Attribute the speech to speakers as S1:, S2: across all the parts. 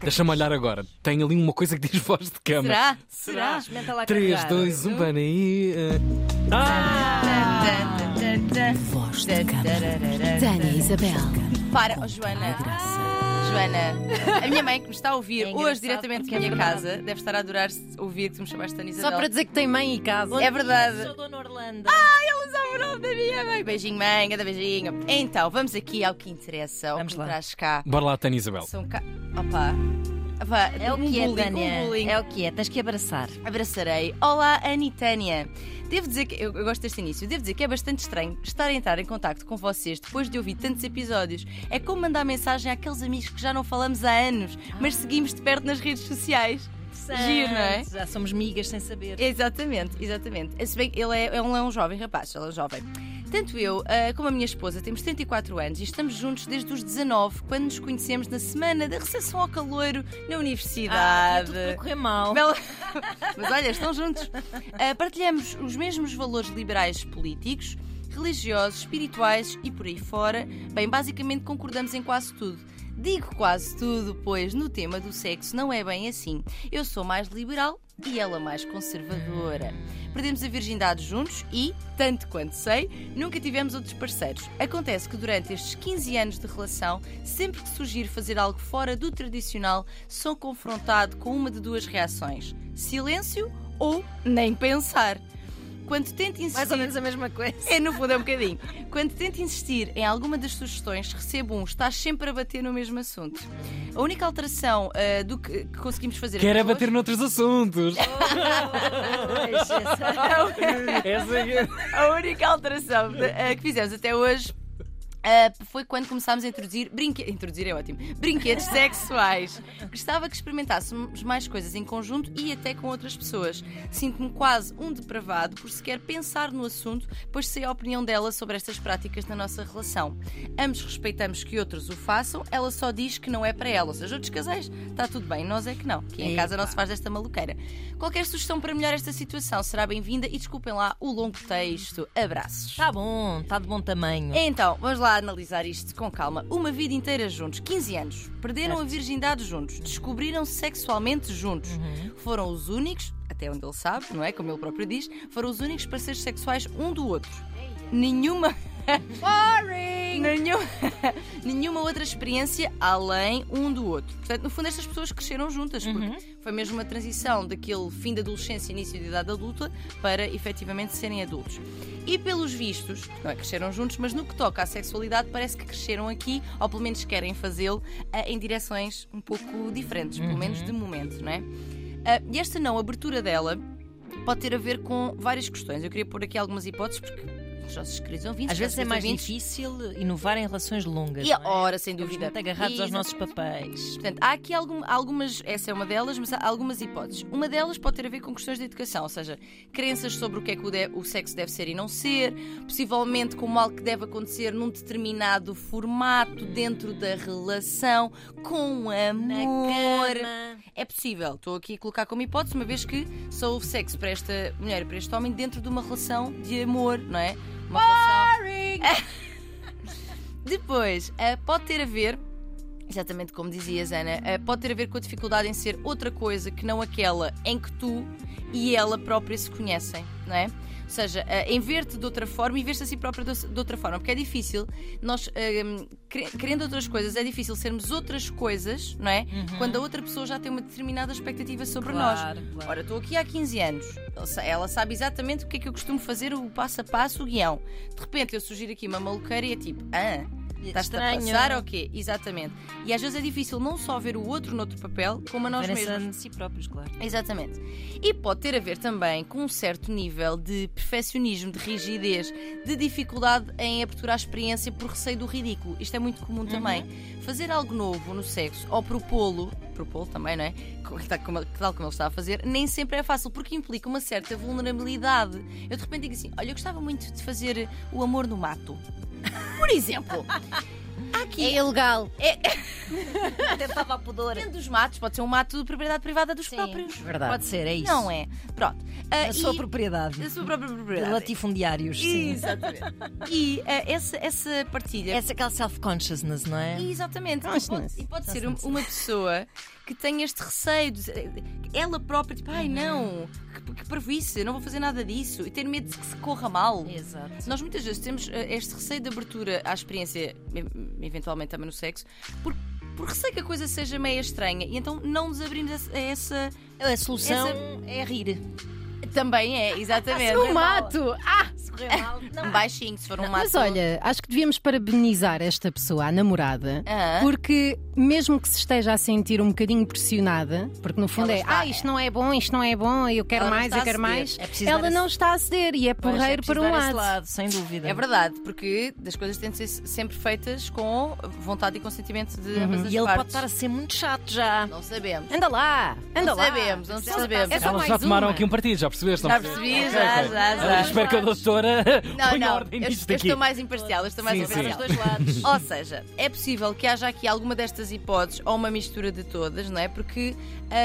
S1: Deixa-me olhar agora. Tem ali uma coisa que diz voz de cama.
S2: é
S3: Será? Será?
S2: Experimenta lá
S1: 3,
S2: carregar.
S1: 2, 1, bana aí. eh. Ah!
S4: Voz de Câmara. Tânia Isabel.
S2: um.
S3: Para, oh, Joana. Joana, a minha mãe que me está a ouvir
S2: É engraçado
S3: hoje diretamente
S2: porque
S3: da
S2: é
S3: minha
S2: verdade.
S3: casa deve estar a adorar ouvir que tu me chamaste Ana
S4: Só
S3: Isabel.
S4: para dizer que tem mãe e casa.
S3: É verdade.
S2: Sou Dona Orlando.
S3: Eles adoram da minha mãe. Beijinho, mãe, cada beijinho. Então, vamos aqui ao que interessa, ao
S2: Vamos
S3: que
S2: lá.
S3: traz cá.
S1: Bora lá, Tânia Isabel.
S3: São cá. Opa. Vá,
S2: É o
S3: um
S2: que
S3: bullying,
S2: é,
S3: um bullying.
S2: Tânia. É o que é, tens que abraçar.
S3: Abraçarei. Olá, Anitânia. Devo dizer que eu, eu gosto deste início. Devo dizer que é bastante estranho estar a entrar em contacto com vocês depois de ouvir tantos episódios. É como mandar mensagem àqueles amigos que já não falamos há anos, mas seguimos de perto nas redes sociais. Giro, não é?
S2: Já somos migas sem saber.
S3: Exatamente, exatamente. Se bem que ele é, ele é um jovem rapaz, ele é um jovem. Tanto eu ah, como a minha esposa temos 34 anos e estamos juntos desde os 19, quando nos conhecemos na semana da recepção ao calouro na
S2: Ah, tinha
S3: universidade.
S2: tudo para correr mal.
S3: Bela- Mas olha, estão juntos. Ah, partilhamos os mesmos valores liberais políticos, religiosos, espirituais e por aí fora. Bem, basicamente concordamos em quase tudo. Digo quase tudo, pois no tema do sexo não é bem assim. Eu sou mais liberal e ela mais conservadora. Perdemos a virgindade juntos e, tanto quanto sei, nunca tivemos outros parceiros. Acontece que durante estes 15 anos de relação, sempre que surgir fazer algo fora do tradicional, sou confrontado com uma de duas reações: silêncio ou nem pensar. Quando tento insistir.
S4: Mais ou menos a mesma coisa.
S3: É, no fundo é um bocadinho. Quando tento insistir em alguma das sugestões, recebo um, estás sempre a bater no mesmo assunto. A única alteração ah, do que, que conseguimos fazer.
S1: Quer é
S3: até hoje-
S1: bater noutros assuntos. Essa é...
S3: A única alteração eh, que fizemos até hoje. eh, foi quando começámos a introduzir brinquedos. Introduzir é ótimo. Brinquedos sexuais. Gostava que experimentássemos mais coisas em conjunto e até com outras pessoas. Sinto-me quase um depravado por sequer pensar no assunto, pois sei a opinião dela sobre estas práticas na nossa relação. Ambos respeitamos que outros o façam, ela só diz que não é para ela. Ou seja, outros casais, está tudo bem, nós é que não. Que em casa não se faz desta maluqueira. Qualquer sugestão para melhorar esta situação será bem-vinda e desculpem lá o longo texto. Abraços.
S2: Está Tá bom, está de bom tamanho.
S3: Então, vamos lá analisar isto com calma. Uma vida inteira juntos, 15 anos. Perderam a virgindade juntos, descobriram se sexualmente juntos. Foram os únicos, até onde ele sabe, não é? Como ele próprio diz, foram os únicos parceiros sexuais um do outro. Nenhuma. Nenhum- nenhuma outra experiência além um do outro. Portanto, no fundo, estas pessoas cresceram juntas, porque foi mesmo uma transição daquele fim da adolescência, início da idade adulta, para efetivamente serem adultos. E pelos vistos, não é cresceram juntos, mas no que toca à sexualidade, parece que cresceram aqui, ou pelo menos querem fazê-lo, eh, em direções um pouco diferentes, pelo
S2: Uhum.
S3: menos de momento, não é? Ah, e esta não, a abertura dela pode ter a ver com várias questões. Eu queria pôr aqui algumas hipóteses, porque os nossos queridos ouvintes.
S2: Às vezes é
S3: nossos
S2: mais
S3: ouvintes,
S2: difícil inovar em relações longas.
S3: e a
S2: não é?
S3: hora, sem
S2: Estamos
S3: dúvida.
S2: muito agarrados aos
S3: Exatamente.
S2: nossos papéis.
S3: Portanto, há aqui algum- algumas, essa é uma delas, mas há algumas hipóteses. Uma delas pode ter a ver com questões de educação, ou seja, crenças sobre o que é que o, de- o sexo deve ser e não ser, possivelmente como algo que deve acontecer num determinado formato, dentro da relação, com amor. É possível, estou aqui a colocar como hipótese, uma vez que só houve sexo para esta mulher e para este homem dentro de uma relação de amor, não é? Uma relação. Depois, eh, pode ter a ver, exatamente como dizias, Ana, eh, pode ter a ver com a dificuldade em ser outra coisa que não aquela em que tu e ela própria se conhecem, não é? Ou seja, eh, em ver-te de outra forma e ver-se a si própria de de outra forma, porque é difícil, nós eh, cre- querendo outras coisas, é difícil sermos outras coisas, não é? Quando a outra pessoa já tem uma determinada expectativa sobre nós.
S2: Claro, claro.
S3: Ora, estou aqui há 15 anos. Ela sa- Ela sabe exatamente o que é que eu costumo fazer, o passo a passo, o guião. De repente eu sugiro aqui uma maluqueira e é tipo, ah,
S2: E é
S3: estás-te a
S2: estranho.
S3: passar ou quê? Exatamente. E às vezes é difícil não só ver o outro noutro papel, como a nós
S2: Parecem
S3: mesmos.
S2: de si próprios, claro.
S3: Exatamente. E pode ter a ver também com um certo nível de perfeccionismo, de rigidez, de dificuldade em aperturar a experiência por receio do ridículo. Isto é muito comum também.
S2: Uhum.
S3: Fazer algo novo no sexo ou propô-lo, propô-lo também, não é? Co- tal como- Tal como ele está a fazer, nem sempre é fácil, porque implica uma certa vulnerabilidade. Eu de repente digo assim: olha, eu gostava muito de fazer o amor no mato. Por exemplo. há aqui.
S5: É ilegal.
S2: Tentava a pudor.
S3: Dentro dos matos, pode ser um mato de propriedade privada dos
S5: Sim.
S3: próprios.
S4: Verdade.
S2: Pode ser, é isso.
S3: Não é? Pronto. Ah,
S2: A sua
S3: e-
S2: propriedade.
S3: da sua própria propriedade.
S2: Latifundiários, sim.
S3: Exatamente. e ah, essa, essa partilha.
S2: Essa é aquela self-consciousness, não é?
S3: Exatamente. E
S4: Consciousness.
S3: pode, e pode ser um- uma pessoa que tem este receio, de, ela própria, tipo, ai não, que, que previce, não vou fazer nada disso, e ter medo de que se corra mal.
S2: Exato.
S3: Nós muitas vezes temos eh, este receio de abertura à experiência, em- eventualmente também no sexo, por, por receio que a coisa seja meia estranha e então não nos abrimos a, a essa.
S2: A solução é rir.
S3: Também é, exatamente.
S5: Um mato! Ah!
S3: Um baixinho, se for um mato.
S5: Mas olha, acho que devíamos parabenizar esta pessoa, a namorada,
S3: Ah.
S5: porque mesmo que se esteja a sentir um bocadinho pressionada, porque no fundo
S3: Ela
S5: é
S3: está-
S5: ah, isto não é bom, isto não é bom, eu quero
S3: Ela não
S5: mais,
S3: está
S5: eu
S3: a
S5: quero
S3: ceder.
S5: mais,
S2: É preciso dar
S5: ela não
S2: esse-
S5: está a ceder e é
S2: Pois, é
S5: porreiro
S2: preciso
S5: para um
S2: dar esse
S5: lado.
S2: lado, sem dúvida.
S3: É verdade, porque das coisas têm de ser sempre feitas com vontade e consentimento de ambas as
S2: E ele pode
S3: partes.
S2: estar a ser muito chato já.
S3: Não sabemos.
S5: Anda lá, anda
S3: Não
S5: lá.
S3: sabemos, não
S5: Só-
S3: sabemos.
S5: É só
S1: Elas
S5: mais
S1: já tomaram
S5: uma.
S1: aqui um partido, já percebeste?
S3: Já
S1: percebeste?
S3: percebi,
S1: Ok,
S3: já,
S1: ok.
S3: já,
S1: Ah,
S3: já.
S1: Espero que a doutora
S3: Não,
S1: ponha
S3: não,
S1: ordem
S3: eu, eu
S1: nisto aqui.
S3: estou mais imparcial, eu estou mais
S1: Sim,
S3: imparcial.
S1: sim.
S2: dois lados.
S3: Ou seja, é possível que haja aqui alguma destas hipóteses ou uma mistura de todas, não é? Porque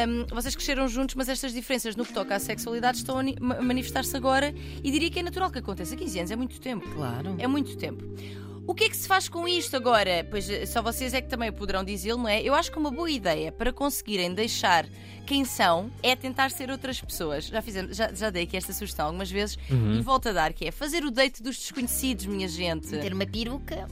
S3: hum, vocês cresceram juntos, mas estas diferenças no que toca à sexualidade estão a ni- ma- manifestar-se agora e diria que é natural que aconteça. 15 anos é muito tempo.
S2: Claro.
S3: É muito tempo. O que é que se faz com isto agora? Pois eh, só vocês é que também o poderão dizê-lo, não é? Eu acho que uma boa ideia para conseguirem deixar quem são é tentar ser outras pessoas. Já, fizemos, já, já dei aqui esta sugestão algumas vezes e volto a dar, que é fazer o date dos desconhecidos, minha gente.
S5: Ter uma peruca.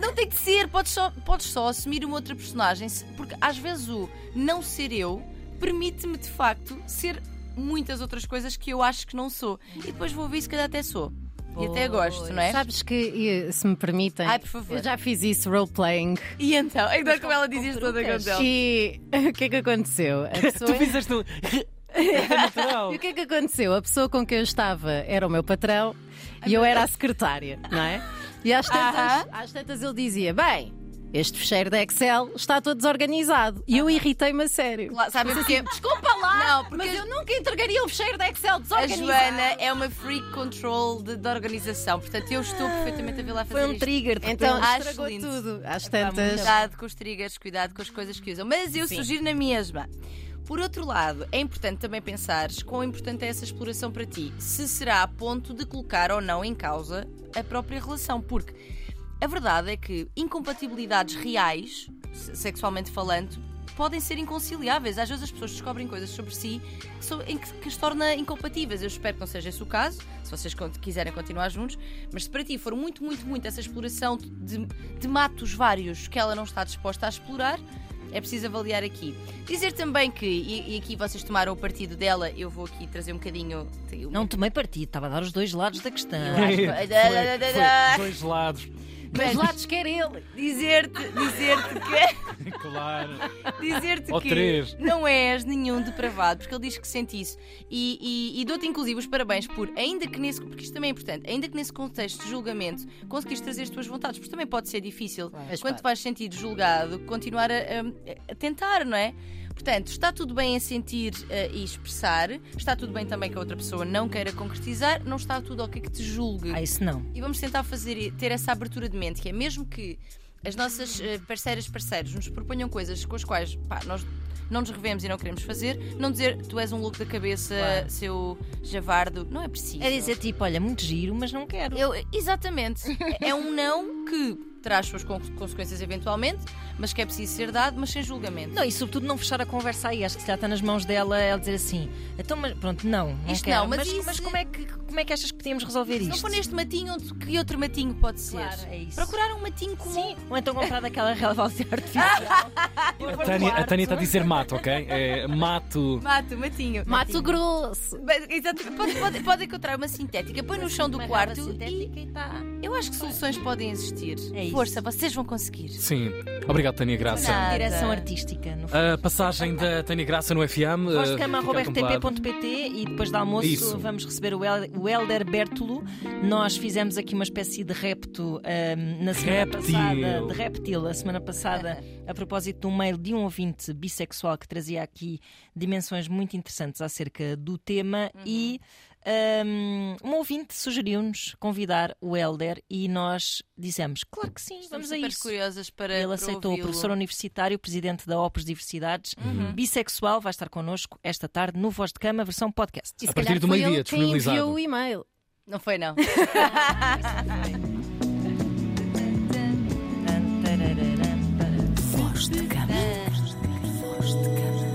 S3: Não tem de ser, podes só, podes só assumir uma outra personagem, se- porque às vezes o não ser eu permite-me de facto ser muitas outras coisas que eu acho que não sou. E depois vou ver se calhar até sou. E até gosto, não é?
S5: Sabes que, eh, se me permitem,
S3: Ai, por favor.
S5: eu já fiz isso role-playing.
S3: E então, ainda como ela diz isto toda com dela.
S5: E o que é que aconteceu? A pessoa...
S1: Tu fizeste um. É natural.
S5: E o que é que aconteceu? A pessoa com quem eu estava era o meu patrão e eu era a secretária, não é? E às tantas, às tantas ele dizia: Bem, este fecheiro da Excel está todo desorganizado. E eu irritei-me a sério.
S3: Lá, Sabem porquê?
S5: Desculpa lá,
S3: Não, porque-
S5: mas eu nunca entregaria o fecheiro da Excel
S3: A
S5: desorganizado.
S3: Joana é uma freak control de, da organização, portanto eu estou perfeitamente a vê-la fazer
S2: Foi um
S3: isto.
S2: trigger. de
S5: Então
S3: Acho
S5: estragou
S3: lindo.
S5: tudo. Às tantas.
S3: Cuidado com os triggers, cuidado com as coisas que usam. Mas eu sugiro na mesma. Por outro lado, é importante também pensares quão importante é essa exploração para ti. Se será a ponto de colocar ou não em causa a própria relação. Porque a verdade é que incompatibilidades reais, se- sexualmente falando, podem ser inconciliáveis. Às vezes as pessoas descobrem coisas sobre si que, são- em que, que as torna incompatíveis. Eu espero que não seja esse o caso, se vocês con- quiserem continuar juntos, mas se para ti for muito, muito, muito essa exploração de, de matos vários que ela não está disposta a explorar, é preciso avaliar aqui. Dizer também que, e, e aqui vocês tomaram o partido dela, eu vou aqui trazer um bocadinho. o
S2: Não tomei partido, estava a dar os dois lados da questão.
S3: acho-
S1: Foi- foi dois lados,
S5: Mas lá te quer ele.
S3: Dizer-te dizer-te que.
S1: claro.
S3: dizer-te
S1: Ou
S3: que
S1: três.
S3: não és nenhum depravado, porque ele diz que sente isso. E, e- e dou-te inclusive os parabéns por, ainda que nesse, porque isto também é importante, ainda que nesse contexto de julgamento conseguiste trazer as tuas vontades, porque também pode ser difícil,
S5: Mas
S3: quando
S5: pode.
S3: te vais sentir julgado, continuar a, a- a tentar, não é? Portanto, está tudo bem em sentir eh, e expressar, está tudo bem também que a outra pessoa não queira concretizar, não está tudo ok que te julgue.
S2: Ah, isso não.
S3: E vamos tentar fazer ter essa abertura de mente, que é mesmo que as nossas eh, parceiras, parceiros nos proponham coisas com as quais pá, nós não nos revemos e não queremos fazer, não dizer tu és um louco da cabeça,
S2: Claro.
S3: seu javardo, não é preciso.
S2: É dizer tipo, olha, muito giro, mas não quero.
S3: Eu- exatamente. é um não que traz suas con- consequências eventualmente, mas que é preciso ser dado, mas sem julgamento.
S2: Não, e sobretudo não fechar a conversa aí. Acho que se calhar está nas mãos dela ela dizer assim, então, mas pronto, não. não
S3: Isto
S2: quero.
S3: não, mas isso-
S2: como, é que, como é que achas que podíamos resolver
S3: Se
S2: isto?
S3: não for neste matinho, onde- que outro matinho pode ser?
S2: Claro, é isso.
S3: Procurar um matinho comum.
S2: Sim, ou então comprar daquela relevância artificial.
S1: A Tânia a Tânia tá está a dizer mato, ok? É mato.
S3: Mato, matinho.
S5: Mato grosso.
S3: Bem, exato, Pode, pode, pode encontrar uma sintética, põe no chão do quarto e eu acho que soluções podem existir.
S2: É isso.
S3: Força, vocês vão conseguir.
S1: Sim. Obrigado, Tânia Graça.
S3: Nada.
S2: Direção artística, no fundo.
S1: A passagem da Tânia Graça no FM. eh, fica acampado.
S2: Vozcama.rtp.pt e depois do almoço
S1: Isso.
S2: vamos receber o, El, o Helder Bertolo. Nós fizemos aqui uma espécie de repto ahm, na semana
S1: Reptil.
S2: passada, de reptil, a semana passada, a propósito de um mail de um ouvinte
S3: Uhum.
S2: bissexual que trazia aqui dimensões muito interessantes acerca do tema e. Um, um ouvinte sugeriu-nos convidar o Helder e nós dissemos, claro que sim,
S3: Estamos
S2: vamos a
S3: super
S2: isso.
S3: curiosas para
S2: Ele
S3: para
S2: aceitou,
S3: ouvi-lo. Uhum.
S2: professor universitário, presidente da Opus Diversidades, bissexual, vai estar connosco esta tarde no Voz de Cama, versão podcast.
S5: E se
S1: A partir
S5: calhar
S1: do
S5: foi
S1: meio-dia,
S5: ele quem enviou
S1: disponibilizado.
S5: o e-mail.
S3: Não foi, não.